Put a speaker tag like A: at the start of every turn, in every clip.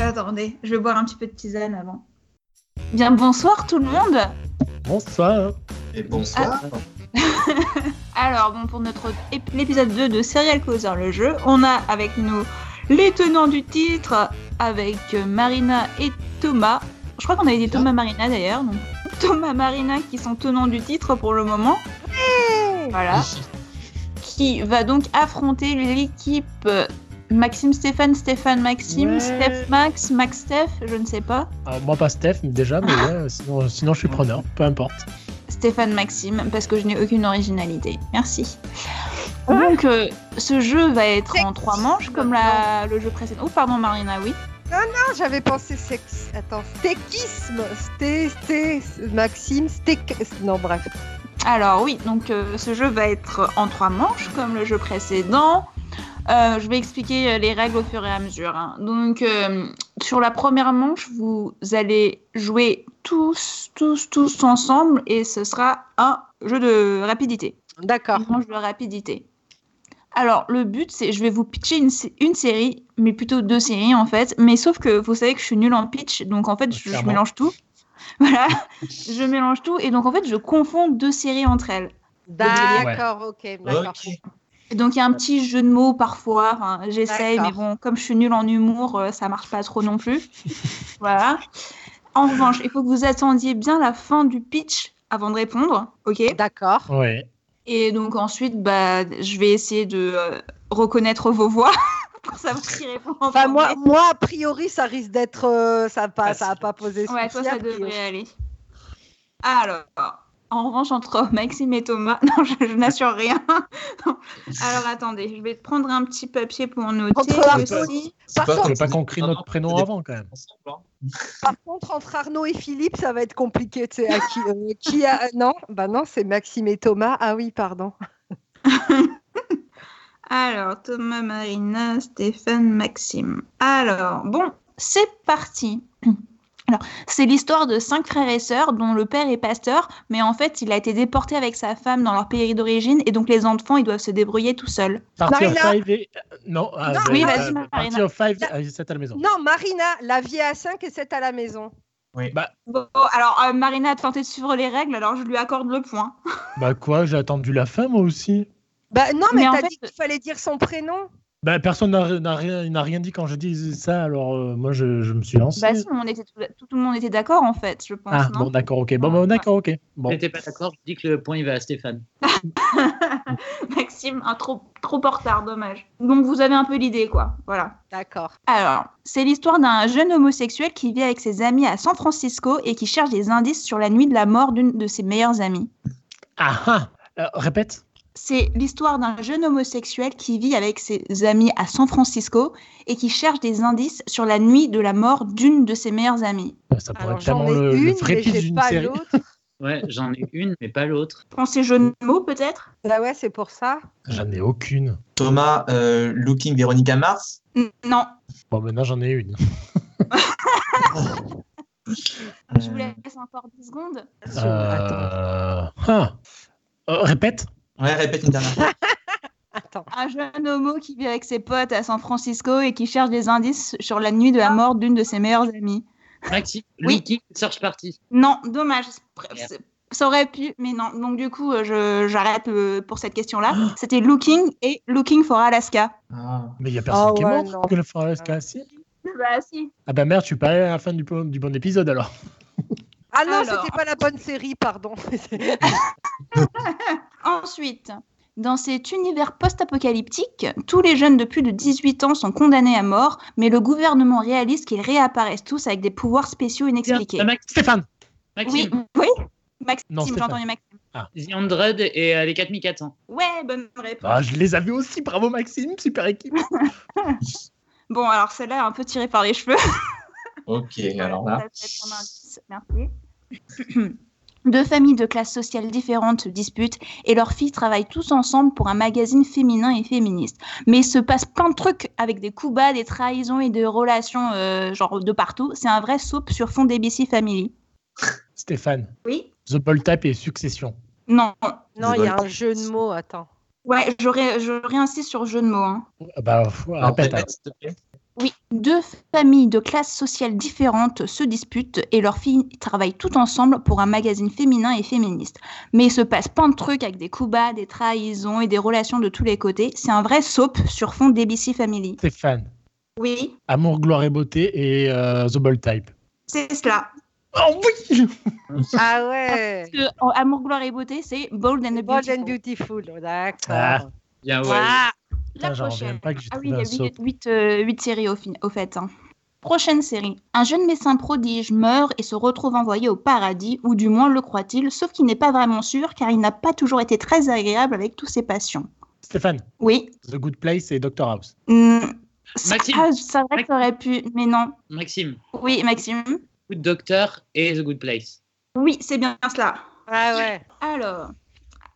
A: Euh, attendez, je vais boire un petit peu de tisane avant. Bien, bonsoir tout le monde.
B: Bonsoir.
C: Et
D: Ah,
C: bonsoir.
A: Alors, bon, pour notre ép- l'épisode 2 de Serial Causer, le jeu, on a avec nous les tenants du titre, avec euh, Marina et Thomas. Je crois qu'on avait dit Thomas Marina d'ailleurs. donc Thomas Marina qui sont tenants du titre pour le moment.
B: Ah.
A: Voilà. Qui va donc affronter l'équipe euh, Maxime Stéphane, Stéphane Maxime,
B: Ouais.
A: Steph Max, Max Steph, je ne sais pas.
B: Alors, Ah, moi, pas Steph, mais déjà, mais ouais, sinon, sinon je suis preneur, peu importe.
A: Stéphane Maxime, parce que je n'ai aucune originalité. Merci. Donc, euh, ce jeu va être en trois manches, comme la- le jeu précédent. Oh, pardon, Marina, oui.
E: Ah, j'avais pensé sexe. Attends, stéquisme. Sté, sté, Maxime, sték. Non, bref.
A: Alors, oui, donc euh, ce jeu va être en trois manches, comme le jeu précédent. Euh, je vais expliquer euh, les règles au fur et à mesure. hein. Donc, euh, sur la première manche, vous allez jouer tous, tous, tous ensemble, et ce sera un jeu de rapidité.
E: D'accord.
A: Une manche de rapidité. Alors, le but, c'est je vais vous pitcher une, sé- une série, mais plutôt deux séries en fait. Mais sauf que vous savez que je suis nulle en pitch, donc en fait, je, je
B: Clairement.
A: mélange tout. Voilà, je mélange tout. Et donc, en fait, je confonds deux séries entre elles.
E: D'accord, ok. D'accord.
C: Ok.
A: Et donc, il y a un petit jeu de mots parfois. enfin, J'essaye, mais
E: D'accord.
A: bon, comme je suis nulle en humour, euh, ça marche pas trop non plus. voilà. En revanche, il faut que vous attendiez bien la fin du pitch avant de répondre. OK
E: D'accord.
B: Ouais.
A: Et donc ensuite, bah, je vais essayer de euh, reconnaître vos voix pour savoir qui répond en
E: Enfin, moi,
A: premier.
E: moi, a priori, ça risque d'être. euh, ça n'a pas, ça a pas posé
A: Ouais, toi,
E: souci,
A: ça
E: a priori.
A: devrait aller. Alors, en revanche, entre Maxime et Thomas, non, je, je n'assure rien. Non. Alors, attendez, je vais prendre un petit papier pour noter
E: Entre Arnaud
A: aussi.
E: Par
C: pas
B: Je
E: contre,
B: veux pas qu'on crie notre prénom avant, quand même.
C: Ensemble, hein.
E: par contre, entre Arnaud et Philippe, ça va être compliqué. Tu sais, à qui, euh, qui a... Non, bah non, c'est Maxime et Thomas. Ah oui, pardon.
A: Alors, Thomas, Marina, Stéphane, Maxime. Alors, bon, c'est parti. Alors, c'est l'histoire de cinq frères et sœurs dont le père est pasteur, mais en fait, il a été déporté avec sa femme dans leur pays d'origine et donc les enfants, ils doivent se débrouiller tout seuls.
B: Party of
E: Marina.
B: Five et. Non, ah,
E: Non,
B: bah,
A: oui,
B: bah,
A: vas-y, Marina.
B: Party of Five, ah, c'est à la maison.
E: Non, Marina, la vie est à 5 et 7 à la maison.
B: bah,
A: Bon, alors, euh, Marina a tenté de suivre les règles, alors je lui accorde le point.
B: Bah, quoi, j'ai attendu la fin, moi aussi.
E: Bah non, mais,
A: Mais en
E: t'as
A: fait-
E: dit qu'il fallait dire son prénom.
B: Bah, personne n'a- n'a rien, il n'a rien dit quand je dis ça, alors euh, moi, je, je me suis lancé.
A: Bah, si, on était tout, tout- tout le monde était d'accord, en fait, je pense.
B: ah,
A: non
B: bon, d'accord, ok. Bon, bah, d'accord, ok. Bon.
D: n'étais pas d'accord, je dis que le point il va à Stéphane.
A: Maxime, un trop, trop en retard, dommage. Donc, vous avez un peu l'idée, quoi. Voilà.
E: D'accord.
A: Alors, c'est l'histoire d'un jeune homosexuel qui vit avec ses amis à San Francisco et qui cherche des indices sur la nuit de la mort d'une de ses meilleures amies.
B: Ah, ah Euh, Répète.
A: C'est l'histoire d'un jeune homosexuel qui vit avec ses amis à San Francisco et qui cherche des indices sur la nuit de la mort d'une de ses meilleures amies.
B: Bah, Ça pourrait
E: Alors
B: être
E: j'en
B: tellement
E: ai
B: le, le
E: une,
B: vrai
E: mais
B: pitch
E: j'ai
B: d'une
E: pas
B: série.
E: l'autre.
D: Ouais, j'en ai une, mais pas l'autre.
A: Pensez jeu de mots, peut-être
E: Bah ouais, c'est pour ça.
B: J'en ai aucune.
C: Thomas, euh, Looking Véronica Mars.
A: N- Non,
B: Bon, maintenant, j'en ai une.
A: je vous
C: Euh,
A: laisse encore 10 secondes.
E: Attends,
B: Euh, ah. Euh, répète.
C: Ouais, répète une dernière fois.
E: attends.
A: Un jeune homo qui vit avec ses potes à San Francisco et qui cherche des indices sur la nuit de la mort d'une de ses meilleures amies.
D: Maxime,
A: Oui.
D: Lucky, Search Party.
A: Non, dommage. C'est-
D: Merde.
A: c'est- Ça aurait pu, mais non. Donc du coup, euh, je- j'arrête euh, pour cette question-là. C'était Looking et Looking for Alaska.
C: Ah.
B: Mais il n'y a personne
E: Ah
B: qui est
E: ouais,
B: mort.
E: non.
B: que le Forest Classic.
A: Bah si.
B: Ah bah merde, je suis pas allé à la fin du, po- du bon épisode alors.
E: Ah non,
A: Alors.
E: c'était pas la bonne série, pardon.
A: Ensuite, dans cet univers post-apocalyptique, tous les jeunes de plus de 18 ans sont condamnés à mort, mais le gouvernement réalise qu'ils réapparaissent tous avec des pouvoirs spéciaux inexpliqués.
D: Tiens, Max-
B: Stéphane
A: Oui,
D: Maxime,
A: oui. Maxime,
B: euh, Non,
A: j'ai
B: Stéphane.
A: entendu Maxime.
D: The Andred et euh, les 4400.
A: Ouais, bonne réponse.
B: Ah, Je les avais aussi, bravo Maxime, super équipe.
A: Bon, alors celle-là, un peu tirée par les cheveux.
C: Ok,
A: Voilà,
C: alors là.
A: ça peut être un indice. Merci. Deux familles de classes sociales différentes se disputent et leurs filles travaillent tous ensemble pour un magazine féminin et féministe. Mais il se passe plein de trucs avec des coups bas, des trahisons et des relations euh, genre de partout. C'est un vrai soap sur fond d'ABC Family.
B: Stéphane,
A: Oui
B: The Bold Type et Succession.
A: Non.
E: non, il y a un jeu de mots, attends.
A: Ouais, je, ré- je réinsiste sur jeu de mots. hein.
B: Ah Bah, pff,
C: Alors,
B: répète. alors.
C: répète, s'il te plaît.
A: Oui. Deux familles de classes sociales différentes se disputent et leurs filles travaillent toutes ensemble pour un magazine féminin et féministe. Mais il se passe plein de trucs avec des coups bas, des trahisons et des relations de tous les côtés. C'est un vrai soap sur fond d'ABC Family.
B: Stéphane.
A: Oui,
B: Amour, gloire et beauté et euh, The Bold Type.
A: c'est cela.
B: Oh oui
D: Hein,
E: Ah ouais.
A: Euh, Amour, gloire et beauté, c'est Bold and the
E: Bold and
A: Beautiful.
E: Beautiful, d'accord.
B: Ah.
D: Bien, ouais.
A: Voilà.
B: Putain,
A: La
B: j'en
A: prochaine.
B: reviens pas que j'ai
A: Ah oui,
B: trouvé
A: il y
B: un
A: a
B: soap.
A: 8, séries au, fin- au fait. hein. Prochaine série. Un jeune médecin prodige meurt et se retrouve envoyé au paradis, ou du moins le croit-il, sauf qu'il n'est pas vraiment sûr car il n'a pas toujours été très agréable avec tous ses patients.
B: Stéphane,
A: Oui.
B: The Good Place et Doctor House.
A: Hmm. Ça-
D: Maxime.
A: Ah, c'est vrai que ça aurait pu, mais non.
D: Maxime,
A: Oui, Maxime.
D: Good Doctor et The Good Place.
A: Oui, c'est bien cela.
E: Ah ouais.
A: Alors,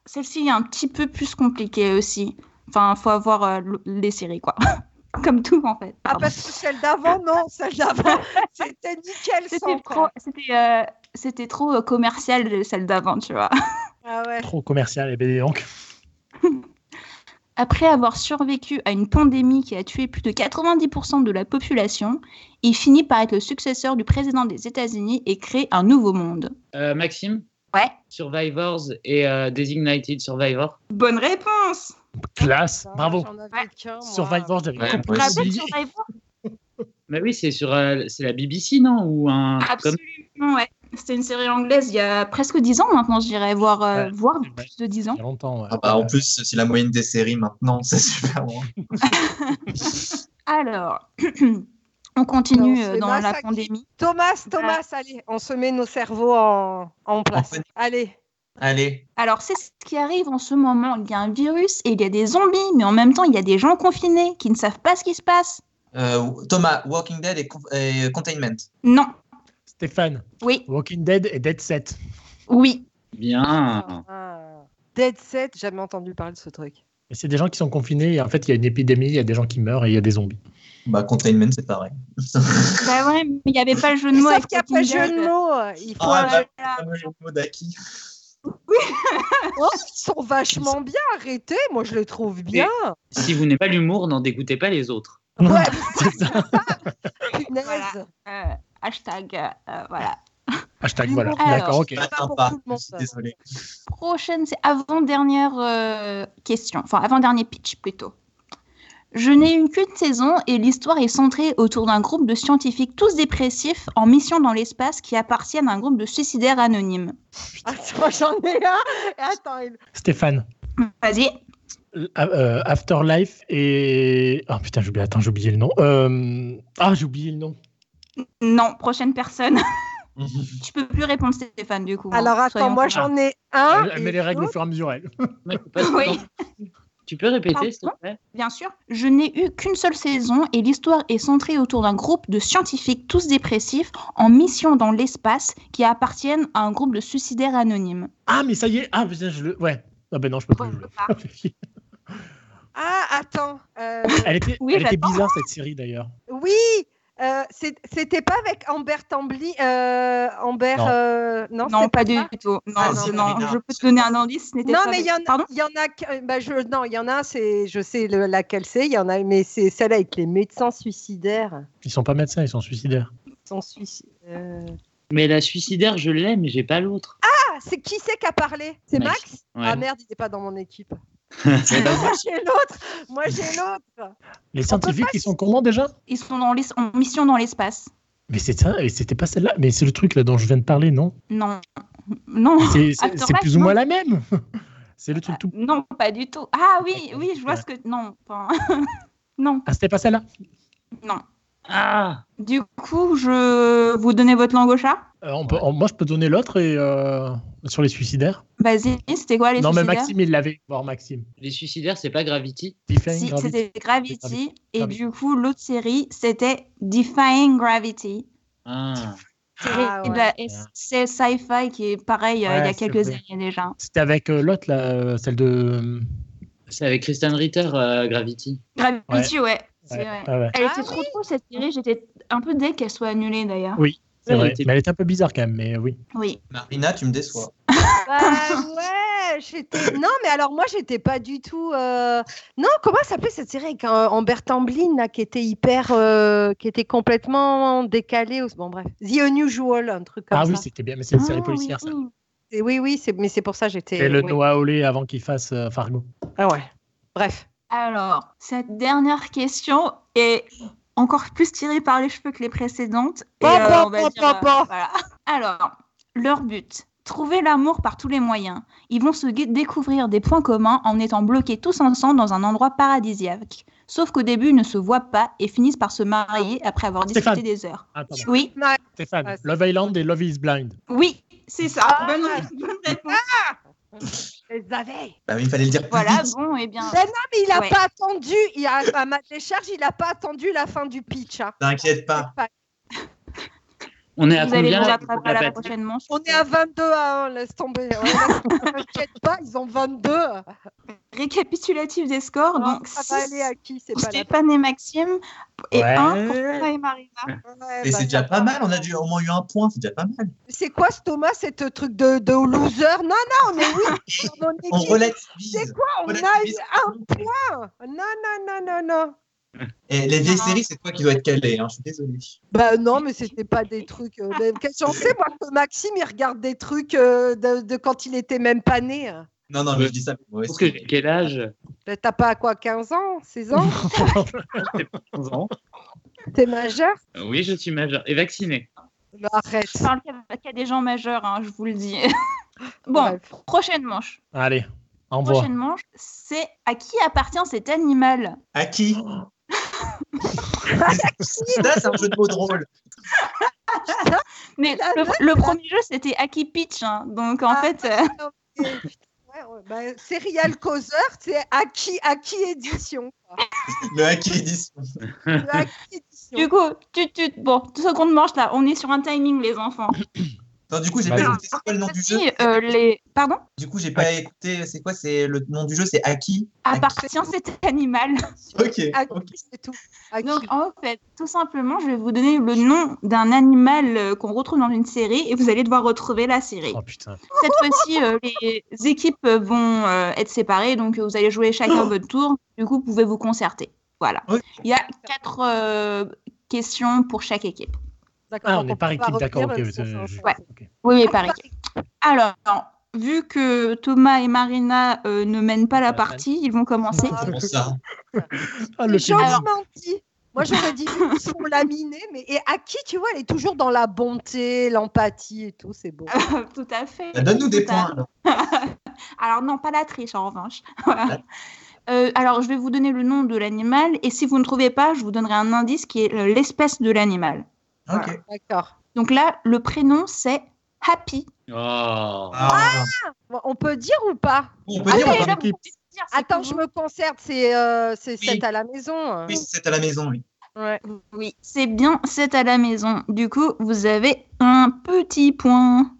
A: celle-ci est un petit peu plus compliquée aussi. Enfin, faut avoir euh, le- les séries, quoi. Comme tout, en fait.
E: Ah parce que celle d'avant, non, celle d'avant, c'était nickel
A: C'était
E: sans
A: trop,
E: quoi.
A: c'était, euh, c'était trop euh, commercial de celle d'avant, tu vois.
E: Ah ouais.
B: Trop commercial, et bien donc.
A: Après avoir survécu à une pandémie qui a tué plus de 90% de la population, il finit par être le successeur du président des États-Unis et crée un nouveau monde.
D: Euh, Maxime,
A: Ouais.
D: Survivors et euh, Designated Survivor.
A: Bonne réponse
B: Classe,
E: Putain,
B: Ah, bravo.
E: j'en avais
A: Ouais.
E: qu'un, Ah, moi.
B: Survivor, j'avais
C: Ouais,
B: compris.
C: ouais.
A: La bonne
B: oublié.
A: survivor
D: Mais oui, c'est sur euh, c'est la BBC, non Ou un comme-
A: Absolument, ouais. C'était une série anglaise il y a presque 10 ans maintenant, je dirais, voire, euh,
B: Ouais.
A: voire
B: Ouais.
A: plus de 10 ans.
B: Il y a longtemps. ouais.
C: Ah bah, en plus, c'est la moyenne des séries maintenant, c'est super bon.
A: Alors, on continue
E: Alors,
A: euh,
E: c'est
A: dans la
E: massacre.
A: pandémie.
E: Thomas, Thomas, allez, on se met nos cerveaux en, en place.
C: fait-
E: Allez.
C: Allez,
A: Alors, c'est ce qui arrive en ce moment. Il y a un virus et il y a des zombies, mais en même temps, il y a des gens confinés qui ne savent pas ce qui se passe.
C: euh, Thomas, Walking Dead et, Con- et Containment.
A: Non,
B: Stéphane,
A: oui,
B: Walking Dead et Dead Set.
A: oui,
D: Bien.
E: Ah. Dead Set, jamais entendu parler de ce truc.
B: Et c'est des gens qui sont confinés. Et en fait, il y a une épidémie, il y a des gens qui meurent et il y a des zombies.
C: Bah, Containment, c'est pareil.
A: Bah ouais, mais il n'y avait pas le jeu de mots.
E: Sauf
A: avec
E: qu'il n'y a
A: Walking
E: pas jeu
A: Dead.
E: de mots. euh, Il faut
C: Ah,
E: un
C: bah,
E: jeu-
A: Voilà.
C: Ah, moi, j'ai le mot d'Aki.
E: Oh, ils sont vachement bien arrêtés. Moi, je les trouve bien.
D: Si vous n'avez pas l'humour, n'en dégoûtez pas les autres.
E: Ouais,
B: C'est ça.
E: punaise.
A: Voilà. Euh, hashtag, euh, voilà.
B: Hashtag, voilà.
A: Alors.
B: D'accord, ok.
C: Pas
E: pas pour
C: Ah, sympa,
E: tout le
C: je
E: monde,
C: suis
E: ça.
C: désolé.
A: Prochaine, c'est avant-dernière euh, question, enfin avant-dernier pitch plutôt. Je n'ai eu qu'une saison et l'histoire est centrée autour d'un groupe de scientifiques tous dépressifs en mission dans l'espace qui appartiennent à un groupe de suicidaires anonymes.
E: Attends, j'en ai un. Attends, il-
B: Stéphane,
A: Vas-y.
B: euh, euh, Afterlife et. Ah putain, j'ai oublié, attends, j'ai oublié le nom. Euh, Ah, j'ai oublié le nom.
A: Non, prochaine personne. tu peux plus répondre Stéphane du coup. hein.
E: Alors, attends,
A: Soyons
E: moi,
A: clairs.
E: j'en ai un.
B: Elle, elle
E: Ah, et
B: met les règles au
E: l'autre-
B: fur et à mesure, elle.
D: Ouais, faut pas se
A: Oui.
D: planter. Tu peux répéter,
A: Pardon
D: s'il te plaît
A: Bien sûr, je n'ai eu qu'une seule saison et l'histoire est centrée autour d'un groupe de scientifiques tous dépressifs en mission dans l'espace qui appartiennent à un groupe de suicidaires anonymes.
B: Ah, mais ça y est. Ah, putain, je le. Ouais. Ah, ben non, je peux plus jouer.
E: Ah, attends. euh,
B: Elle était,
A: Oui,
B: elle était
A: j'attends.
B: bizarre, cette série, d'ailleurs.
E: oui. euh, c'est- C'était pas avec Ambert Tambly. euh, Amber.
B: Non.
E: euh, Non,
A: Non,
E: c'est
A: pas
E: pas
A: du
E: ça
A: tout. Non,
C: Ah,
A: c'est-
C: c'est
A: non,
C: Marina.
A: je peux te donner un indice. ce n'était
E: Non,
A: pas
E: mais il y en
A: avec-
E: a,
A: Pardon
E: il y en a, que- bah je, non, il y en a, c'est, je sais le- laquelle c'est, il y en a, mais c'est celle avec les médecins suicidaires.
B: Ils sont pas médecins, ils sont suicidaires.
E: Ils sont suici- euh,
D: Mais la suicidaire, je l'ai, mais j'ai pas l'autre.
E: Ah, c'est qui c'est qui a parlé C'est Max,
D: Max,
E: Ah
D: ouais.
E: merde, il n'est pas dans mon équipe. moi j'ai l'autre, moi j'ai l'autre.
B: Les scientifiques, ils sont comment déjà
A: Ils sont dans l'es- en mission dans l'espace.
B: Mais c'est ça, et c'était pas celle-là. Mais c'est le truc là dont je viens de parler, non
A: Non. Non.
B: C'est c'est-
A: Aftermath,
B: c'est plus
A: Oh, non
B: ou
A: Ah.
B: moins la même. C'est le truc tout.
A: Non, pas du tout. Ah oui,
B: D'accord.
A: oui, je vois
B: Ouais.
A: ce que. Non. enfin, non,
B: Ah, c'était pas celle-là
A: non.
D: Ah
A: Du coup, je vous donnez votre langue au chat
B: Euh, on peut, on- Moi, je peux donner l'autre et euh, sur les suicidaires.
A: Vas-y, c'était quoi les
B: non, mais
A: suicidaires
B: Maxime, il l'avait. Voir Maxime.
D: Les suicidaires, c'est pas Gravity.
B: Defying
A: Si,
B: Gravity.
A: c'était Gravity. Et
B: Gravity.
A: du coup, l'autre série, c'était Defying Gravity.
D: Ah.
A: Série
E: Ah
A: de
E: ouais.
A: la SC Sci-Fi qui est pareil euh, il y a
B: Ouais, c'est
A: quelques
B: vrai.
A: années déjà.
B: C'était avec euh, l'autre, là, euh, celle de.
D: C'est avec Kristen Ritter, euh, Gravity.
A: Gravity, ouais. c'est
B: Ouais,
A: vrai.
B: ouais, ouais.
A: Elle
E: Ah
A: était trop trop cette série, j'étais un peu dès qu'elle soit annulée d'ailleurs.
B: Oui. C'est
D: Ouais,
B: vrai.
D: elle était-
B: Mais elle était un peu bizarre quand même, mais euh, oui.
A: Oui.
C: Marina, tu me déçois.
E: Bah ouais, j'étais. Non, mais alors moi, j'étais pas du tout. euh, Non, comment s'appelait cette série avec euh, Amber Tamblyn là, qui était hyper, euh, qui était complètement décalée. au- Bon bref, The Unusual, un truc comme
B: Ah
E: ça.
B: oui, c'était bien, mais c'est une série
A: Ah,
B: policière,
A: oui,
B: ça.
A: oui.
E: Et oui, oui, c'est- mais c'est pour ça que j'étais.
B: C'est le
E: oui.
B: Noah Olé avant qu'il fasse euh, Fargo.
E: Ah ouais. Bref.
A: Alors, cette dernière question est encore plus tirée par les cheveux que les précédentes. Et,
E: Bon,
A: euh,
E: bon,
A: on va
E: bon,
A: dire,
E: bon,
A: euh,
E: bon.
A: voilà. Alors, leur but trouver l'amour par tous les moyens. Ils vont se gu- découvrir des points communs en étant bloqués tous ensemble dans un endroit paradisiaque. Sauf qu'au début, ils ne se voient pas et finissent par se marier après avoir
B: Stéphane.
A: discuté des heures.
B: Ah, pardon.
A: Oui,
B: Stéphane,
E: Ah, c'est-
B: Love Island et Love is Blind.
A: oui, c'est ça.
E: Ah.
A: Bonne bonne réponse.
E: Je les avais.
C: Bah oui, il fallait le dire plus
A: Voilà,
C: vite.
A: bon, et bien.
E: Ben non, mais il a
A: Ouais.
E: pas attendu. Il a, à ma décharge, il a pas attendu la fin du pitch. hein.
C: T'inquiète pas.
D: On est à
A: Vous allez
D: combien
A: vous
D: là,
A: rattraper à
D: la
A: la
D: patate
A: prochaine manche.
E: On est à 22 à 1, laisse tomber. Ne t'inquiète pas, ils ont 22.
C: Ah,
A: Récapitulatif des scores. donc,
E: ça va
A: six
E: aller à qui C'est pas la
A: Stéphane et Maxime et
B: Ouais.
A: un pour toi et Marina.
E: Ouais,
C: Et
E: bah,
C: c'est déjà
E: ça
C: pas
E: va.
C: mal, on a dû, au moins eu un point, c'est déjà pas mal.
E: C'est quoi ce Thomas, cette truc de, de loser Non, non, on est oui. on est
C: On
E: qui
C: relativise.
E: C'est quoi On
C: Relativise.
E: a eu un point. Non, non, non, non, non.
C: Et Eh, les vieilles
E: Ah.
A: Non.
C: séries, c'est toi qui dois être calé, hein, je suis désolé.
E: Bah non, mais c'était pas des trucs. euh, mais Qu'est-ce que j'en sais, moi, que Maxime, il regarde des trucs euh, de, de quand il était même pas né. hein.
C: Non, non, mais je dis ça. mais moi
D: Faut
C: aussi.
D: que j'ai quel âge
E: Bah, T'as pas quoi, 15 ans 16 ans
D: ans.
E: T'es majeur
D: Euh, Oui, je suis majeur et vacciné.
E: Bah, Arrête.
A: Je parle qu'à qu'à des gens majeurs, hein, je vous le dis. bon,
E: Bref.
A: prochaine manche.
B: Allez, envoie.
A: Prochaine manche, c'est à qui appartient cet animal
C: À qui Ça, c'est un jeu de mots drôle.
A: Mais le, le premier jeu, c'était à qui pitch. hein, donc en
E: Ah.
A: fait, euh,
E: Et putain, ouais, ouais, bah, Serial Causeur, c'est à qui, à qui édition quoi.
C: Le à qui édition.
E: Le à qui édition.
A: du coup, tu, tu, bon, seconde manche là, on est sur un timing, les enfants.
C: Non, du coup, j'ai
B: Bah,
C: pas
B: non.
C: écouté c'est quoi le nom du jeu.
A: Si, euh, les... Pardon
C: Du coup, j'ai pas écouté. C'est quoi C'est le nom du jeu C'est à qui
A: Ah,
C: À qui
A: Appartient cet animal
C: Ok.
E: À
C: ok.
E: qui, c'est tout. À
A: Donc
E: qui.
A: en fait, tout simplement, je vais vous donner le nom d'un animal euh, qu'on retrouve dans une série et vous allez devoir retrouver la série.
B: Oh putain.
A: Cette fois-ci, euh, les équipes vont euh, être séparées, donc euh, vous allez jouer
C: Oh.
A: chacun votre tour. Du coup, vous pouvez vous concerter. Voilà.
C: Ok.
A: Il y a quatre euh, questions pour chaque équipe.
E: D'accord,
B: Ah, on
E: donc
B: n'est pas
E: peut
B: équipe, d'accord,
E: revenir,
B: ok.
E: même si on
B: euh,
E: s'en
B: je-
E: fout.
A: Ouais.
B: ok.
A: Oui, oui, pareil. Alors, vu que Thomas et Marina euh, ne mènent pas la partie, ils vont commencer.
E: Ah,
C: Comment ça
B: Ah,
E: Les
B: le
E: gens
B: film.
A: Alors-
E: menti. Moi, j'aurais dit sont laminés, mais et à qui, tu vois, elle est toujours dans la bonté, l'empathie et tout, c'est beau.
A: Tout à fait.
C: Bah, Donne-nous des
A: Tout à
C: points. alors.
A: Alors non, pas la triche en revanche. Voilà. Euh, alors je vais vous donner le nom de l'animal et si vous ne trouvez pas, je vous donnerai un indice qui est euh, l'espèce de l'animal.
C: Ok.
E: D'accord.
A: Donc là, le prénom c'est Happy.
D: Oh.
C: Ah.
E: Bon, On peut dire ou pas
C: On peut dire.
A: Allez,
C: on va-
A: là, vous pouvez dire, c'est
E: Attends,
A: que
E: je
A: vous-
E: me concerte, c'est euh, c'est
C: Oui.
E: cette à la maison.
C: Oui, c'est à la maison. Oui.
E: Ouais.
A: Oui, c'est bien, c'est à la maison. Du coup, vous avez un petit point.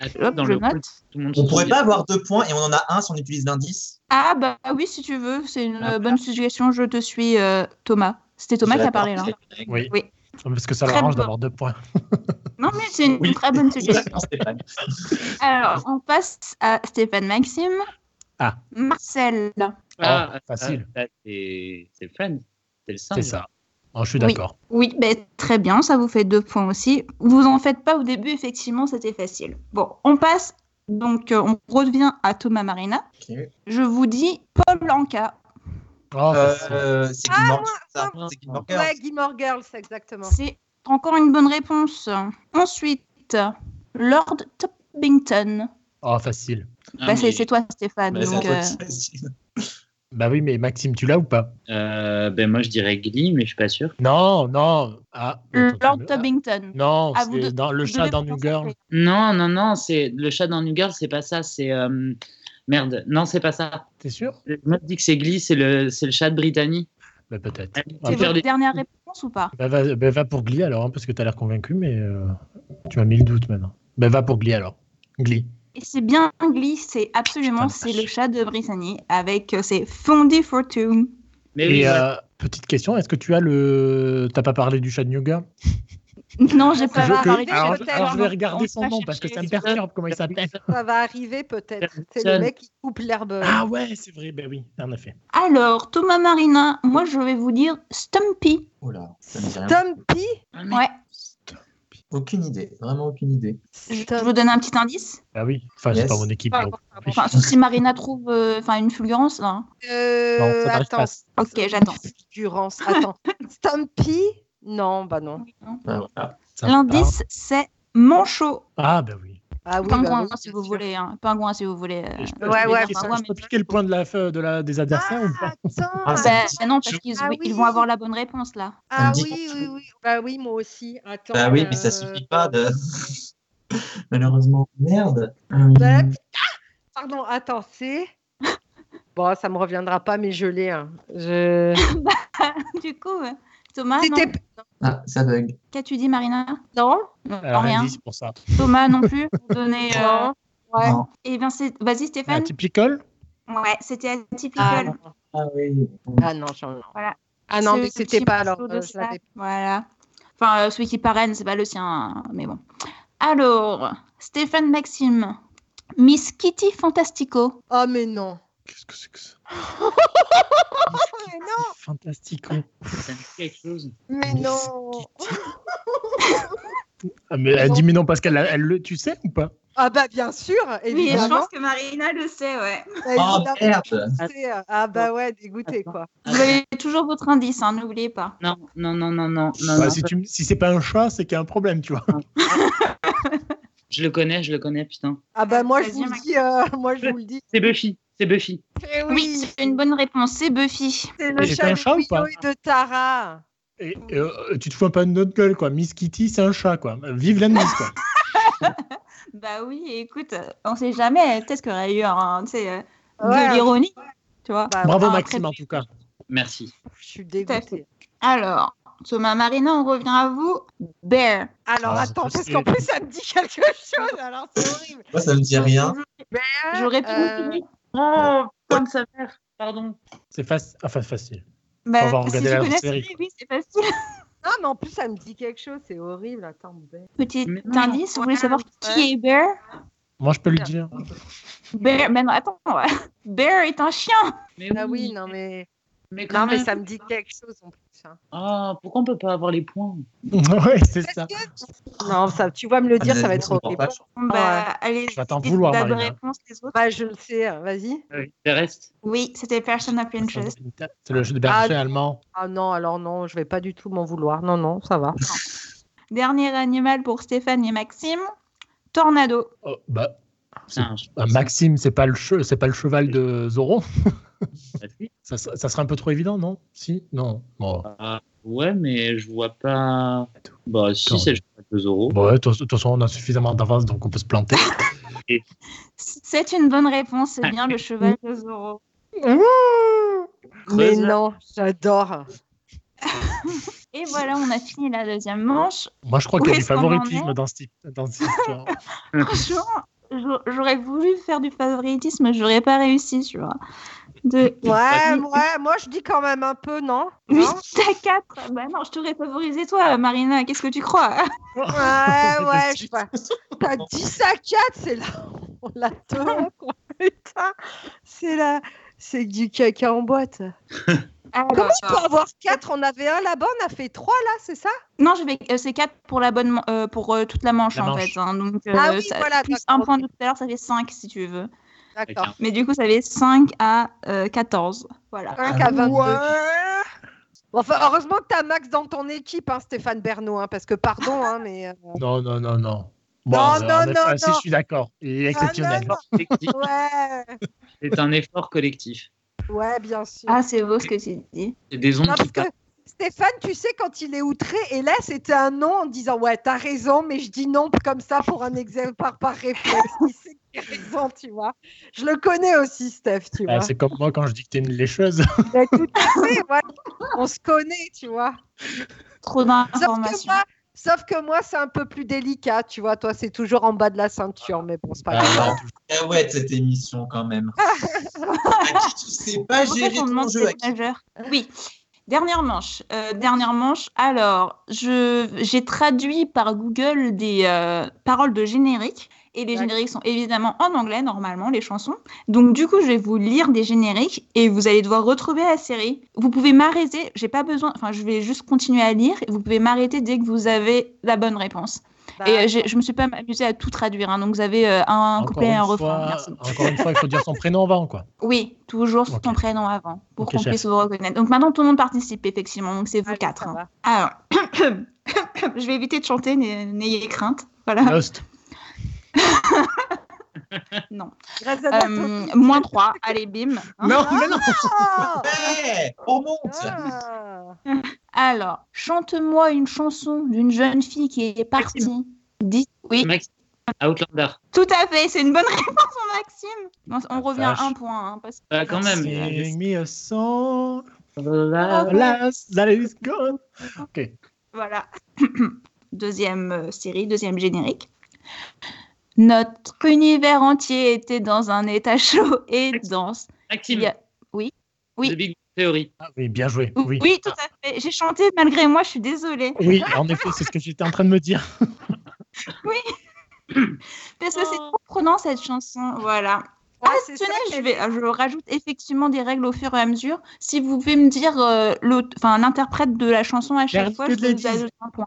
D: Attends,
A: Hop,
D: dans
A: je
D: le
A: note.
D: pool, tout le monde
C: On
D: se
C: pourrait
D: souvient.
C: pas avoir deux points et on en a un si on utilise l'indice.
A: Ah bah oui, si tu veux, c'est une
D: Ah.
A: euh, bonne suggestion. Je te suis, euh, Thomas. C'était Thomas qui a parlé là.
B: Oui.
A: Oui.
B: Parce que ça
A: Très
B: leur arrange
A: bon.
B: d'avoir deux points.
A: Non mais c'est une
C: Oui.
A: très bonne suggestion.
C: Exactement, Stéphane.
A: Alors, on passe à Stéphane Maxime.
B: Ah.
A: Marcel.
D: Ah,
B: Ah, facile.
D: ah, ah, c'est c'est le fan. C'est le singe.
B: C'est ça. Oh, je suis
A: Ah, Oui.
B: d'accord.
A: Oui, ben, très bien, ça vous fait deux points aussi. Vous en faites pas au début, effectivement, c'était facile. Bon, on passe, donc euh, on revient à Thomas Marina.
C: Ok.
A: Je vous dis Paul Anka.
B: Oh, facile.
C: Euh, c'est Guy Morgan,
A: Ah,
C: ça.
D: moi,
C: C'est Guy
D: moi.
C: Morgan.
E: Ouais, Gilmore Girls, exactement.
A: C'est encore une bonne réponse. Ensuite, Lord Topington.
B: Oh, facile.
D: Ah,
A: Bah, c'est
D: mais,
A: c'est toi, Stéphane.
C: Mais c'est
A: donc,
C: un peu
A: euh,
C: facile.
B: Bah oui, mais Maxime, tu l'as ou pas
D: euh, ben moi je dirais Glee, mais je suis pas sûr.
B: Non, non. Ah, attends,
A: Lord
B: tu me-
A: Tobington.
B: Non,
A: Ah, vous
B: c'est
A: deux-
B: dans le
A: Vous
B: chat
A: devez
B: dans
A: vous
B: New Girl.
A: concentrer.
D: Non, non, non, c'est le chat dans New Girl, c'est pas ça, c'est euh, merde. Non, c'est pas ça.
B: T'es sûr
D: Je me dis que c'est Glee, c'est le c'est le chat de Brittany.
B: Bah peut-être.
D: Elle
B: Ah,
A: C'est
D: faire
A: votre
D: des-
A: dernière réponse ou pas
B: Bah, va, bah, va pour Glee alors, hein, parce que t'as l'air convaincu, mais euh, tu m'as mis le doute maintenant. Bah va pour Glee alors. Glee.
A: Et c'est bien Glee, c'est absolument,
B: Putain,
A: c'est
B: vache.
A: le chat de Brittany avec euh, ses Fondy Fortune.
D: Mais oui,
B: Et
D: voilà.
B: euh, petite question, est-ce que tu as le. T'as pas parlé du chat de New Girl
A: Non, j'ai pas
B: Je-
A: la
B: que-
A: parité,
B: alors,
A: j'ai le
B: je- alors, je vais
A: talent.
D: On va
B: regarder son nom
D: chercher
B: parce que ça
D: les
B: me
D: épisodes.
B: perturbe comment il s'appelle.
E: Ça va arriver peut-être. C'est le
D: Personne.
E: mec qui coupe l'herbe.
B: Ah ouais, c'est vrai, ben oui, en effet.
A: Alors, Thomas Marina, moi je vais vous dire Stumpy.
C: Oh là, ça me dit rien.
E: Stumpy
D: Ah,
A: Ouais.
C: Aucune idée, vraiment aucune idée.
A: Je je vous donne un petit indice.
B: Ah oui, enfin, c'est
C: Yes.
B: pas mon équipe.
A: Enfin,
B: donc.
A: Enfin, sauf si Marina trouve euh, enfin une fulgurance. hein.
E: Euh,
B: Non, ça n'arrive
E: attends.
B: pas.
A: Ok, j'attends.
E: Durance. Attends. Stumpy Non, bah non.
C: Ah, voilà.
B: Ça me
A: L'indice, c'est manchot.
B: parle. Ah ben oui.
E: Ah oui, bah
A: Pingouin,
E: oui,
A: si
E: bien
A: vous
E: sûr.
A: voulez. hein. Pingouin, si vous voulez. euh.
B: Et je peux
E: Ouais, ouais,
B: piquer-
A: enfin, ouais,
B: je peux
A: mais-
B: piquer le point de la, de la- des adversaires ou pas
E: Attends.
C: Ah,
A: Ben, ben non, parce
C: Je-
A: qu'ils
E: Ah
A: oui, ils
E: oui.
A: vont avoir la bonne réponse là.
E: Ah
C: me dit-
E: oui, oui, oui. Bah oui, moi aussi. Attends.
C: Bah oui, mais
E: euh,
C: ça suffit pas de. Malheureusement, merde. Hum,
E: Bah, Pardon, attends, c'est. Bon, ça me reviendra pas, mais je l'ai. hein. Je...
A: du coup, euh, Thomas, non.
E: C'était.
C: Ah, ça bug.
A: qu'as-tu dit, Marina
E: Non
A: Non,
B: Alors,
A: Rien.
B: indice pour ça.
A: Thomas non plus. pour donner, euh,
E: Non.
A: ouais.
C: Non.
A: Et bien, c'est... vas-y,
B: Ah,
A: Stéphane.
B: tu picoles
A: Ouais, c'était atypical.
E: Ah non,
C: Ah oui.
E: ah, non, j'en- non.
A: Voilà.
E: Ah non,
A: Ce
E: mais
A: petit
E: c'était pas alors.
A: morceau de
E: euh, je
A: chat.
E: l'avais-
A: Voilà. Enfin, euh, celui qui parraine, c'est pas le sien, hein, mais bon. Alors, Stéphane Maxime, Miss Kitty Fantastico.
E: Oh, mais non.
B: Qu'est-ce que c'est que ça
E: mais non.
B: Fantastico.
D: Ça me dit quelque chose.
E: Mais
B: Miss
E: non.
B: Oh. Ah, mais elle dit mais non parce qu'elle a- elle le tu sais ou pas
E: Ah bah bien sûr,
A: Oui, je
E: évidemment.
A: pense que Marina le sait, ouais.
E: Bah,
C: Oh
E: évidemment,
C: merde
E: tu sais, euh, Ah bah ouais, dégoûté quoi.
A: Vous avez toujours votre indice, hein, n'oubliez pas.
D: Non, non, non, non, non. non,
B: Bah,
D: non.
B: Si tu me- si c'est pas un chat, c'est qu'il y a un problème, tu vois.
D: Je le connais, je le connais, putain.
E: Ah bah moi je
A: Vas-y,
E: vous le
A: Max.
E: dis, euh, moi je vous le dis.
D: C'est Buffy, c'est Buffy.
E: Eh
A: Oui, c'est une bonne réponse, c'est Buffy.
E: c'est
B: Et
E: le
B: j'ai
E: chat
B: fait un
E: de
B: chat ou
E: Willow
B: pas
E: et de Tara.
B: Et, et, euh, tu te fous un peu de notre gueule quoi. Miss Kitty, c'est un chat quoi. Euh, Vive la Miss quoi.
A: Bah oui, écoute, euh, on sait jamais, peut-être qu'il y aurait eu un, tu sais, euh,
E: Ouais.
A: de l'ironie, tu vois.
E: Bah,
B: Bravo
A: Ah,
B: Maxime en tout cas.
D: Merci.
E: Je suis
A: à
E: dégoûtée.
A: fait. Alors, Thomas Marina, on revient à vous. Bear.
E: Alors
B: Ah,
E: attends,
B: je
E: parce
B: sais.
E: qu'en plus ça me dit quelque chose, alors c'est horrible.
C: Moi, ça me dit rien.
A: J'aurais pu
E: Euh,
A: vous finir.
D: Oh, putain de sa mère. Pardon.
B: C'est facile. Enfin facile.
A: Bah,
B: on va
A: si
B: regarder
A: je
B: la
A: connais,
B: série.
A: oui, oui, c'est facile.
E: Non mais en plus ça me dit quelque chose, c'est horrible. Attends, ben.
A: Petit
D: Mais non.
A: indice, vous voulez savoir qui
E: Ouais.
A: est Bear
B: Moi je peux le dire.
A: Bear, mais non, attends, ouais. Bear est un chien.
D: Mais
E: Ah oui, non mais...
D: mais quand
E: non mais
D: même.
E: ça me dit quelque chose en plus. hein.
D: Ah, pourquoi on peut pas avoir les points
B: ouais c'est ça. Ah,
E: Non, ça, tu vas me le dire, ça va être horrible.
A: Bah, allez,
B: Je vais t'en
A: c'est
B: vouloir,
A: la
B: Marina.
A: réponse, les autres.
E: Bah je le sais, hein, vas-y.
B: Ah
D: Le reste.
A: Oui, c'était Person of Interest.
B: C'est le jeu de berger allemand.
E: Ah non, alors non, je vais pas du tout m'en vouloir. Non, non, ça va.
A: Dernier animal pour Stéphane et Maxime, Tornado.
B: Oh, bah,
D: C'est un je-
B: bah, Maxime, c'est pas le che- c'est pas le cheval de Zorro.
D: Buffy.
B: Ça, ça- ça serait un peu trop évident, non Si Non. Bon.
D: Ah, ouais, mais je vois pas. Bah, si,
B: Attends.
D: c'est le jeu de euros.
B: Bon, ouais, de toute de toute façon, on a suffisamment d'avance, donc on peut se planter.
A: C'est une bonne réponse, c'est bien le cheval de Zorro.
E: Mais
D: Creuse.
E: non, j'adore.
A: Et voilà, on a fini la deuxième manche.
B: Moi, je crois
A: Où
B: qu'il y a du
A: est-ce qu'on en
B: favoritisme
A: est
B: dans ce type. Dans ce type, tu vois.
A: Franchement, j'a- j'aurais voulu faire du favoritisme, mais j'aurais pas réussi, tu vois. De...
E: Ouais, ouais, moi je dis quand même un peu, non,
A: Oui,
E: Non
A: t'as 4 Bah non, je t'aurais favorisé toi, Marina, qu'est-ce que tu crois
E: Ouais, ouais, je
B: Détesté.
E: sais pas. T'as 10 à 4, c'est là. On l'a deux, quoi. Putain, c'est là. C'est du caca en boîte.
A: bah,
E: Comment tu peux avoir 4 On avait un là-bas, on a fait 3 là, c'est ça
A: Non, je vais... euh, c'est 4 pour, la bonne... man- euh, pour euh, toute la manche,
B: La
A: en
B: manche.
A: fait. hein, donc,
E: Ah
A: euh,
E: oui,
A: ça-
E: voilà,
A: plus
E: d'accord,
A: un
E: ok.
A: point de tout à l'heure, ça fait 5 si tu veux.
E: D'accord.
A: Mais du coup, ça fait 5 à euh, 14. Voilà.
E: 5 à 22.
B: Ouais.
E: Bon, enfin, heureusement que t'as Max dans ton équipe, hein, Stéphane Bernot, hein, parce que pardon, hein, mais. euh,
B: Non, non, non, non.
E: Non,
B: euh,
E: non,
B: en effet,
E: non,
B: ah, Si,
E: non.
B: je suis d'accord. Il est
E: Ah, non,
B: exceptionnel.
E: non.
D: Collectif.
E: Ouais,
D: C'est un effort collectif.
E: ouais, bien sûr.
A: Ah, c'est beau ce que tu dis.
D: C'est des
B: Mmh.
D: ondes
E: Non,
D: qui
E: parce que
D: passent.
E: Stéphane, tu sais, quand il est outré, et là, c'était un non en disant Ouais, t'as raison, mais je dis non comme ça pour un exemple par, par réflexe. Il sait qu'il a raison, tu vois. Je le connais aussi, Steph, tu
B: Ah,
E: vois.
B: c'est comme moi quand je dis que t'es une lécheuse.
E: Mais tout à fait, ouais. On se connaît, tu vois.
A: Trop
E: Sauf que
A: d'informations.
E: moi, sauf que moi, c'est un peu plus délicat, tu vois. Toi, c'est toujours en bas de la ceinture, mais bon, c'est pas
B: Ah,
E: grave.
B: non,
C: Ah ouais, cette émission quand même. Ah, tu sais
A: C'est
C: pas
A: pour ça
C: gérer
A: qu'on
C: ton
A: demande
C: Ah, jeu.
A: des majeurs. Oui. Dernière manche. Euh, dernière manche. Alors, je, j'ai traduit par Google des euh, paroles de génériques. Et les
E: D'accord.
A: génériques sont évidemment en anglais, normalement, les chansons. Donc, du coup, je vais vous lire des génériques et vous allez devoir retrouver la série. Vous pouvez m'arrêter. J'ai pas besoin. Enfin, je vais juste continuer à lire et vous pouvez m'arrêter dès que vous avez la bonne réponse. et euh, j'ai- je me suis pas amusée à tout traduire. hein, donc, vous avez euh, un
B: Encore
A: couplet et
B: une
A: un refrain.
B: fois-
A: Merci.
B: Encore une fois, il faut dire son prénom en avant, quoi.
A: Oui, toujours
B: Ok.
A: ton prénom avant pour
B: Ok,
A: qu'on
B: chef.
A: puisse vous reconnaître. Donc, maintenant, tout le monde participe, effectivement. Donc,
E: Bah,
A: c'est vous quatre. hein. Alors, je vais éviter de chanter, n'ay- n'ayez crainte. Voilà.
B: Lost.
E: Grâce à
A: Euh,
E: toi.
A: moins 3, allez, bim. hein.
B: Non, mais non
E: Ah
C: Ouais, Eh, on monte
E: Ah
A: Alors, chante-moi une chanson d'une jeune fille qui est partie. Dis- Oui,
D: Max- Outlander.
A: tout à fait, c'est une bonne réponse, mon Maxime. Non, on
B: La
A: revient à
B: Ah, vache.
A: un point. hein, parce que-
D: Bah, quand même. Euh,
B: Sing me a song,
D: Voilà.
B: last that is gone. Ok.
A: Voilà. deuxième euh, série, deuxième générique. Notre univers entier était dans un état chaud et dense.
D: Maxime.
A: Il y a- Oui. Oui.
D: The Big Bang Theory.
B: Ah oui, bien joué. Oui. Ah.
A: Oui, tout à fait. J'ai chanté malgré moi, je suis désolée.
B: Oui, en effet, c'est ce que j'étais en train de me dire.
A: Parce que c'est
D: Oh.
A: trop prenant cette chanson, voilà. Ah,
E: c'est ça
A: tenez, je,
E: qu'elle-
A: vais, je rajoute effectivement des règles au fur et à mesure. Si vous pouvez me dire euh, l'aute- enfin, l'interprète de la chanson à chaque
B: Merde,
A: fois,
B: que
A: je
B: de la
A: vous ajoute un point.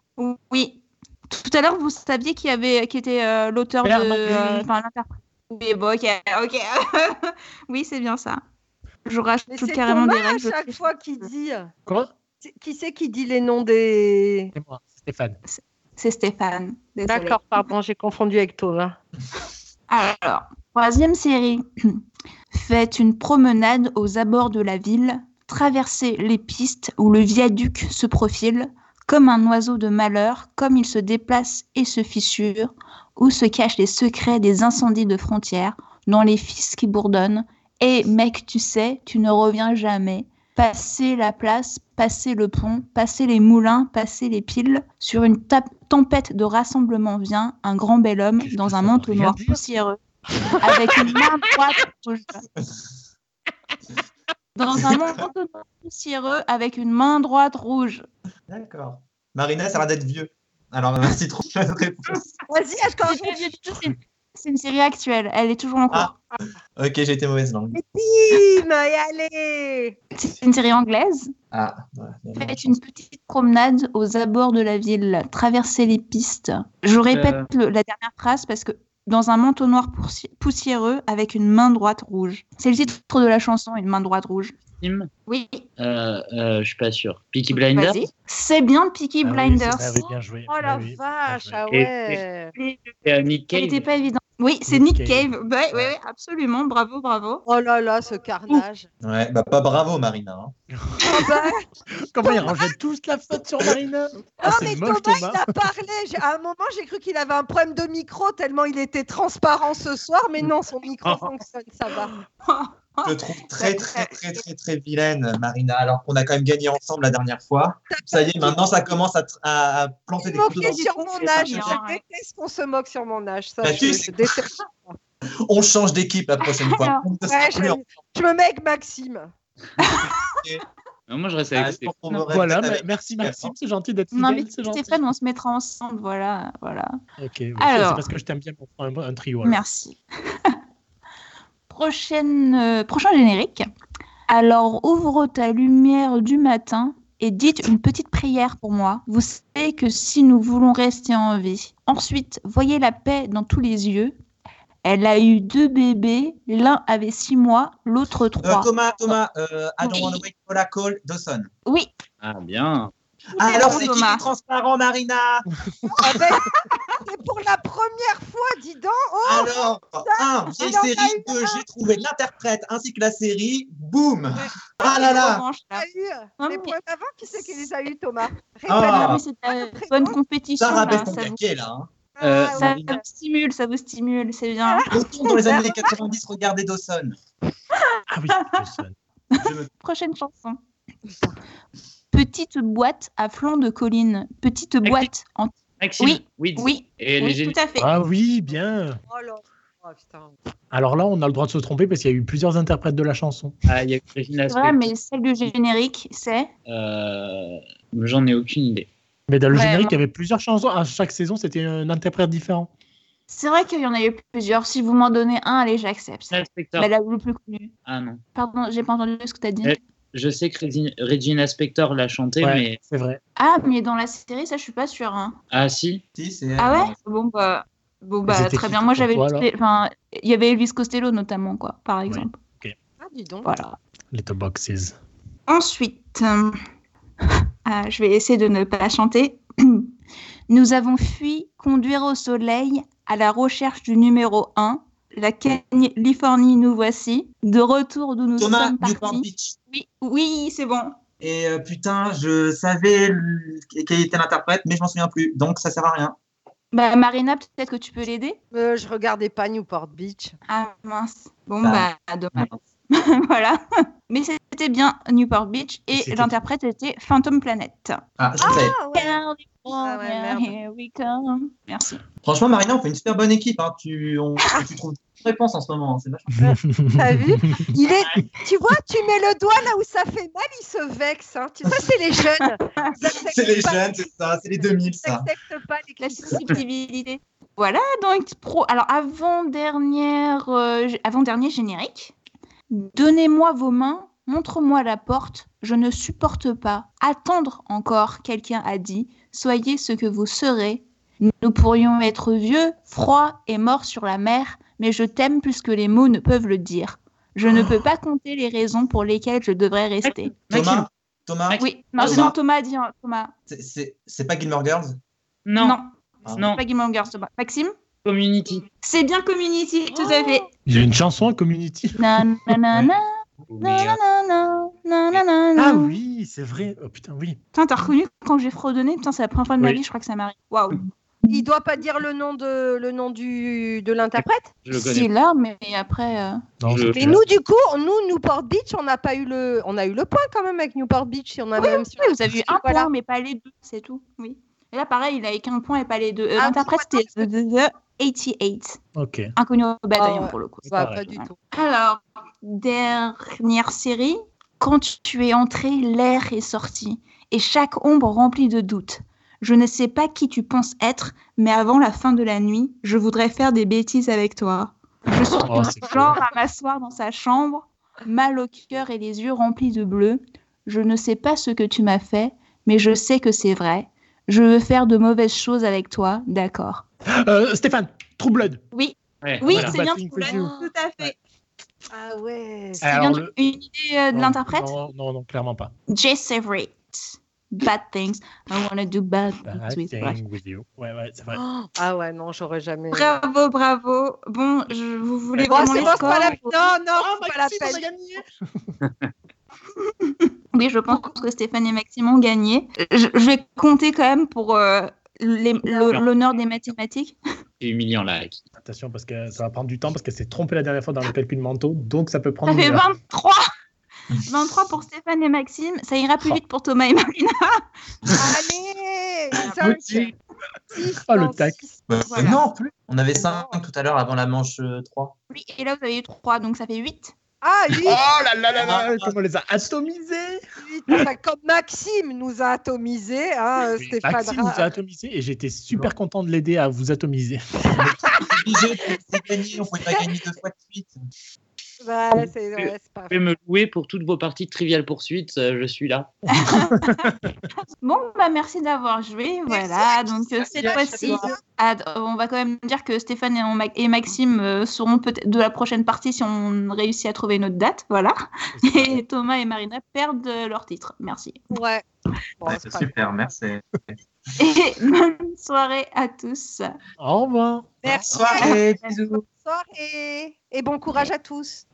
A: Oui. Tout à l'heure, vous saviez qui avait, qui était euh, l'auteur de,
B: Merde,
A: euh,
B: Marie.
A: enfin l'interprète. Oui, bon, ok, ok. oui, c'est bien ça. Je
E: Mais
A: rajoute
E: c'est
A: carrément des
E: Thomas à
A: règles.
E: chaque fois qui dit.
B: Quoi
E: C'est- Qui c'est qui dit les noms des.
B: C'est moi, Stéphane.
A: C'est Stéphane. désolée.
E: D'accord, pardon, j'ai confondu avec hein. Thomas.
A: Alors, troisième série. Faites une promenade aux abords de la ville, traversez les pistes où le viaduc se profile, comme un oiseau de malheur, comme il se déplace et se fissure, où se cachent les secrets des incendies de frontières, dans les fils qui bourdonnent. Et mec, tu sais, tu ne reviens jamais. Passez la place, passez le pont, passez les moulins, passez les piles. Sur une ta- tempête de rassemblement vient un grand bel homme
B: Qu'est-ce que
A: dans
B: ça
A: un
B: veut
A: manteau
B: rien
A: noir
B: dire
A: poussiéreux, avec une main droite rouge. Dans un manteau noir poussiéreux, avec une main droite rouge.
C: D'accord. Marina, ça a l'air d'être vieux. Alors, merci trop pour la réponse.
E: Ah, Vas-y, je
A: Je dis toujours, c'est- C'est une série actuelle, elle est toujours en cours.
C: Ok, j'ai été mauvaise langue.
E: Bim Et allez
A: C'est une série anglaise.
C: Ah, voilà.
A: Faites une petite promenade aux abords de la ville, traversez les pistes. Je répète le- la dernière phrase parce que dans un manteau noir poussi- poussiéreux avec une main droite rouge. C'est le titre de la chanson, une main droite rouge.
D: Maxime.
A: Oui.
D: Euh, euh, je suis pas sûr. Peaky Blinders.
A: Vas-y. C'est bien Peaky
B: Ah oui,
A: Blinders.
B: c'est ça, oui, bien joué.
E: Oh la
B: Ah oui, bien
E: vache,
B: joué.
E: ah
D: Et-
E: ouais
D: Et, euh, Nick
A: Elle
D: Cave.
A: n'était pas évidente. Oui, c'est
B: Nick
A: Nick, Cave. Oui, oui, absolument. Bravo, bravo.
E: Oh là là, ce carnage
C: Ouais, bah pas bravo, Marina. hein.
E: Oh bah,
B: Comment ils rangeaient tous la faute sur Marina Ah,
E: Non,
B: c'est
E: Oh, mais
B: moche,
E: Thomas, il
B: Thomas.
E: a parlé J'ai- À un moment, j'ai cru qu'il avait un problème de micro tellement il était transparent ce soir, mais non, son micro fonctionne, ça va.
C: Je te trouve très, très, très, très, très vilaine, Marina, alors qu'on a quand même gagné ensemble la dernière fois. Ça y est, maintenant, ça commence à, tr- à- à planter
E: Il
C: des coups
E: moquait
C: de...
E: sur mon âge,
A: C'est
E: je
A: pas bien.
E: déteste qu'on se moque sur mon âge, ça,
C: Bah,
E: je,
C: tu
E: je
C: sais-
E: déteste.
C: On change d'équipe la prochaine fois.
A: Alors,
C: On ne sera
E: Ouais,
C: plus
E: je,
C: en-
E: je me mets avec Maxime.
D: Non, Moi, je reste
C: Ah,
D: avec
C: je pense qu'on
D: Stéphane.
C: me reste
B: Voilà,
C: avec-
B: mais- merci Maxime, c'est gentil d'être
A: Non,
B: fidèle,
A: mais
B: c'est gentil.
A: Stéphane, on se mettra ensemble. Voilà, voilà.
B: Ok, oui,
A: Alors.
B: c'est parce que je t'aime bien pour faire un, un trio. alors.
A: Merci. Prochaine, euh, prochain générique. Alors ouvre ta lumière du matin et dites une petite prière pour moi. Vous savez que si nous voulons rester en vie. Ensuite, voyez la paix dans tous les yeux. Elle a eu deux bébés, l'un avait six mois, l'autre
C: Euh,
A: trois.
C: Thomas, Thomas, euh, I don't
A: Oui.
C: wanna wait for la call, Dawson.
A: Oui,
D: Ah, bien.
C: Ah,
A: est
C: alors
A: bon,
C: c'est qui
A: Thomas.
C: le transparent, Marina
E: Ah ben, C'est pour la première fois, dis donc Oh,
C: Alors, un, vieille
E: il en a
C: série, deux, j'ai trouvé l'interprète ainsi que la série, boum Ah là
A: en
C: là
A: revanche, là.
E: t'as eu
A: Non,
E: Les
A: mais-
E: points d'avant, qui c'est qui les a eu, Thomas Répète
A: Ah,
C: Ah.
A: mais c'est de la bonne compétition.
C: Ça rappelle
A: là.
C: ton
A: Ça, vous,
C: caquet, là. hein.
D: Euh,
E: Ah,
A: ça
D: oui.
A: vous stimule, ça vous stimule, c'est bien.
C: Autant dans les années 90, regardez Dawson.
B: Ah oui, Wilson.
C: Je me-
A: Prochaine chanson. Petite boîte à flanc de colline. Petite boîte en...
D: Maxime.
A: Oui.
D: Weeds.
A: Oui,
D: Et les Ah,
A: oui
D: génies.
A: tout à fait.
B: Ah oui, bien.
E: oh là Oh, putain.
B: Alors là, on a le droit de se tromper parce qu'il y a eu plusieurs interprètes de la chanson.
D: Ah, il y a Christine
A: C'est vrai, mais celle du générique, c'est.
D: Euh, J'en ai aucune idée.
B: Mais dans le
A: Ouais,
B: générique,
A: moi-
B: il y avait plusieurs chansons. À chaque saison, c'était un interprète différent.
A: C'est vrai qu'il y en a eu plusieurs. Si vous m'en donnez un, allez, j'accepte.
D: Spector.
A: Mais la le plus connue.
D: Ah non.
A: Pardon, j'ai pas entendu ce que t'as dit.
D: Eh. Je sais que Regina- Regina Spector l'a chanté,
B: Ouais.
D: mais.
B: C'est vrai.
A: Ah, mais dans la série, ça, je suis pas sûre. hein.
D: Ah si
C: Si, c'est elle.
A: Ah ouais Bon, bah, bon, bah
B: Eh, c'était
A: très
B: qui
A: bien. Moi,
B: pour
A: j'avais.
B: toi,
A: Elvis- Enfin, il y avait Elvis Costello, notamment, quoi, par exemple.
E: Ah, dis donc.
A: Voilà.
B: Les top boxes.
A: Ensuite, euh, ah, je vais essayer de ne pas chanter. Nous avons fui conduire au soleil à la recherche du numéro 1. La Californie, nous voici. De retour d'où nous
C: Thomas
A: sommes
C: Newport
A: partis.
C: Beach.
A: Oui, oui c'est bon.
C: Et euh, putain, je savais le- quel était l'interprète, mais je m'en souviens plus. Donc ça sert à rien.
A: Bah, Marina, peut-être que tu peux l'aider
E: Euh, je regardais pas Newport Beach.
A: Ah mince. Bon,
C: Bah.
A: bah, dommage. voilà. Mais c'était bien Newport Beach et
B: C'était-
A: l'interprète était Phantom Planet.
C: Ah, je savais.
E: Ah Ah ouais,
A: California,
E: merde.
A: here we come. Merci.
C: Franchement, Marina, on fait une super bonne équipe. hein. Tu, on- tu trouves des réponses en ce moment. hein. C'est vachement.
E: T'as vu Il est... Tu vois, tu mets le doigt là où ça fait mal, il se vexe. hein. Tu vois, c'est les jeunes. Ils acceptent
C: C'est les
E: pas-
C: jeunes, c'est ça. C'est les 2000,
E: Ils
C: ça.
E: acceptent pas les
A: La
E: classiques.
A: susceptibilité. voilà, donc pro. Alors, avant-dernière, euh, g- avant-dernier générique. Donnez-moi vos mains, montre-moi la porte, je ne supporte pas. Attendre encore, quelqu'un a dit. Soyez ce que vous serez. Nous pourrions être vieux, froids et morts sur la mer, mais je t'aime plus que les mots ne peuvent le dire. Je ne peux pas compter les raisons pour lesquelles je devrais rester.
D: Maxime.
C: Thomas, Thomas,
A: Oui, non, c'est
C: Thomas.
A: non, Thomas a dit, hein, Thomas.
C: c'est- c'est c'est pas Gilmore Girls
D: Non,
A: Non,
D: non,
C: Ah.
A: pas Game of Girls, Thomas. Maxime
D: Community.
A: C'est bien Community, tout à fait.
B: Il y a une chanson à Community.
A: Oh. Na, na, na, na,
C: Mais, euh,
A: na, na, na, na, na, na, na.
B: Ah oui, c'est vrai. Oh putain, oui.
A: Putain, t'as reconnu quand j'ai fredonné Putain, c'est la première fois de ma
B: Oui.
A: vie, je crois que ça m'arrive. Waouh.
E: Il doit pas dire le nom de, le nom du, de l'interprète.
D: Je le
A: C'est
D: connais.
A: là, mais après. euh,
B: Non,
D: Je-
B: c'est-
E: Mais nous, du coup, nous, Newport Beach, on n'a pas eu le, on a eu le point quand même avec Newport Beach. Si on a même,
A: Oui, vous avez eu un
E: Voilà.
A: point, mais pas les deux, c'est tout. Oui. Et là, pareil, il avait qu'un point et pas les deux. Euh,
E: Ah,
A: L'interprète,
E: oui,
A: c'était The 88.
B: Ok.
A: Inconnu au bataillon,
E: ouais.
A: pour le coup.
E: Bah,
B: pareil.
E: pas du tout.
A: Alors, dernière série. Quand tu es entré, l'air est sorti, et chaque ombre remplie de doutes. Je ne sais pas qui tu penses être, mais avant la fin de la nuit, je voudrais faire des bêtises avec toi. Je suis
B: Oh,
A: du
B: c'est
A: genre à m'asseoir dans sa chambre, mal au cœur et les yeux remplis de bleu. Je ne sais pas ce que tu m'as fait, mais je sais que c'est vrai. Je veux faire de mauvaises choses avec toi, d'accord.
B: Euh, Stéphane, True Blood.
A: Oui,
D: Ouais,
A: oui,
B: Voilà.
A: c'est bien
B: Batwing
A: tout à-
B: Fusion.
A: tout à fait.
E: Ah ouais.
A: C'est
B: Alors,
A: bien
B: le-
A: une idée euh, de
B: Non,
A: l'interprète
B: non, non, non, clairement pas.
A: Jesse Everett. Bad things. I wanna do bad things with life.
B: Acting with you. Ouais, ouais, c'est vrai.
E: Oh, Ah ouais, non, j'aurais jamais.
A: Bravo, bravo. Bon, je, vous voulez
E: Bon,
A: vraiment
E: c'est
A: les
E: bon, c'est
A: scores
E: pas la Non, non, c'est pas la peine.
A: Oui, je pense que Stéphane et Maxime ont gagné. Je, je vais compter quand même pour euh, les- le- l'honneur des mathématiques.
D: c'est humiliant là.
B: Attention, parce que ça va prendre du temps, parce qu'elle s'est trompée la dernière fois dans le calcul mentaux, donc ça peut prendre
A: Ça
B: une
A: fait
B: heure.
A: 23 23 pour Stéphane et Maxime. Ça ira plus
B: Oh.
A: vite pour Thomas et Marina.
E: Allez,
C: Petit.
E: 5, 6,
B: Ah, le tac.
C: bah,
A: Voilà.
C: Non, plus. On avait 5 tout à l'heure avant la manche euh, 3.
A: Oui, et là, vous avez eu 3, donc ça fait 8.
E: Ah, lui,
B: Oh là là là là, comment on les a atomisés
E: lui, enfin, comme Maxime nous a atomisés, hein,
B: Oui,
E: Stéphane.
B: Maxime nous a atomisés et j'étais super content de l'aider à vous atomiser.
C: Obligé de de gagner, on pouvait pas gagner deux fois de suite.
E: Bah, c'est ouais, c'est pas
D: Vous pouvez me louer pour toutes vos parties de Trivial Poursuite, euh, je suis là.
A: Bon, bah merci d'avoir joué. Voilà, donc euh, cette fois-ci, Ah, d- on va quand même dire que Stéphane et, on- et Maxime euh, seront peut-être de la prochaine partie si on réussit à trouver une autre date, voilà. Et Thomas et Marina perdent euh, leur titre. Merci.
E: Ouais. Bon, c'est pas grave.
C: Ah, merci.
A: Et bonne soirée à tous.
B: Au revoir
E: Merci.
C: Soirée, bisous.
E: Bonne soirée. Et bon courage à tous.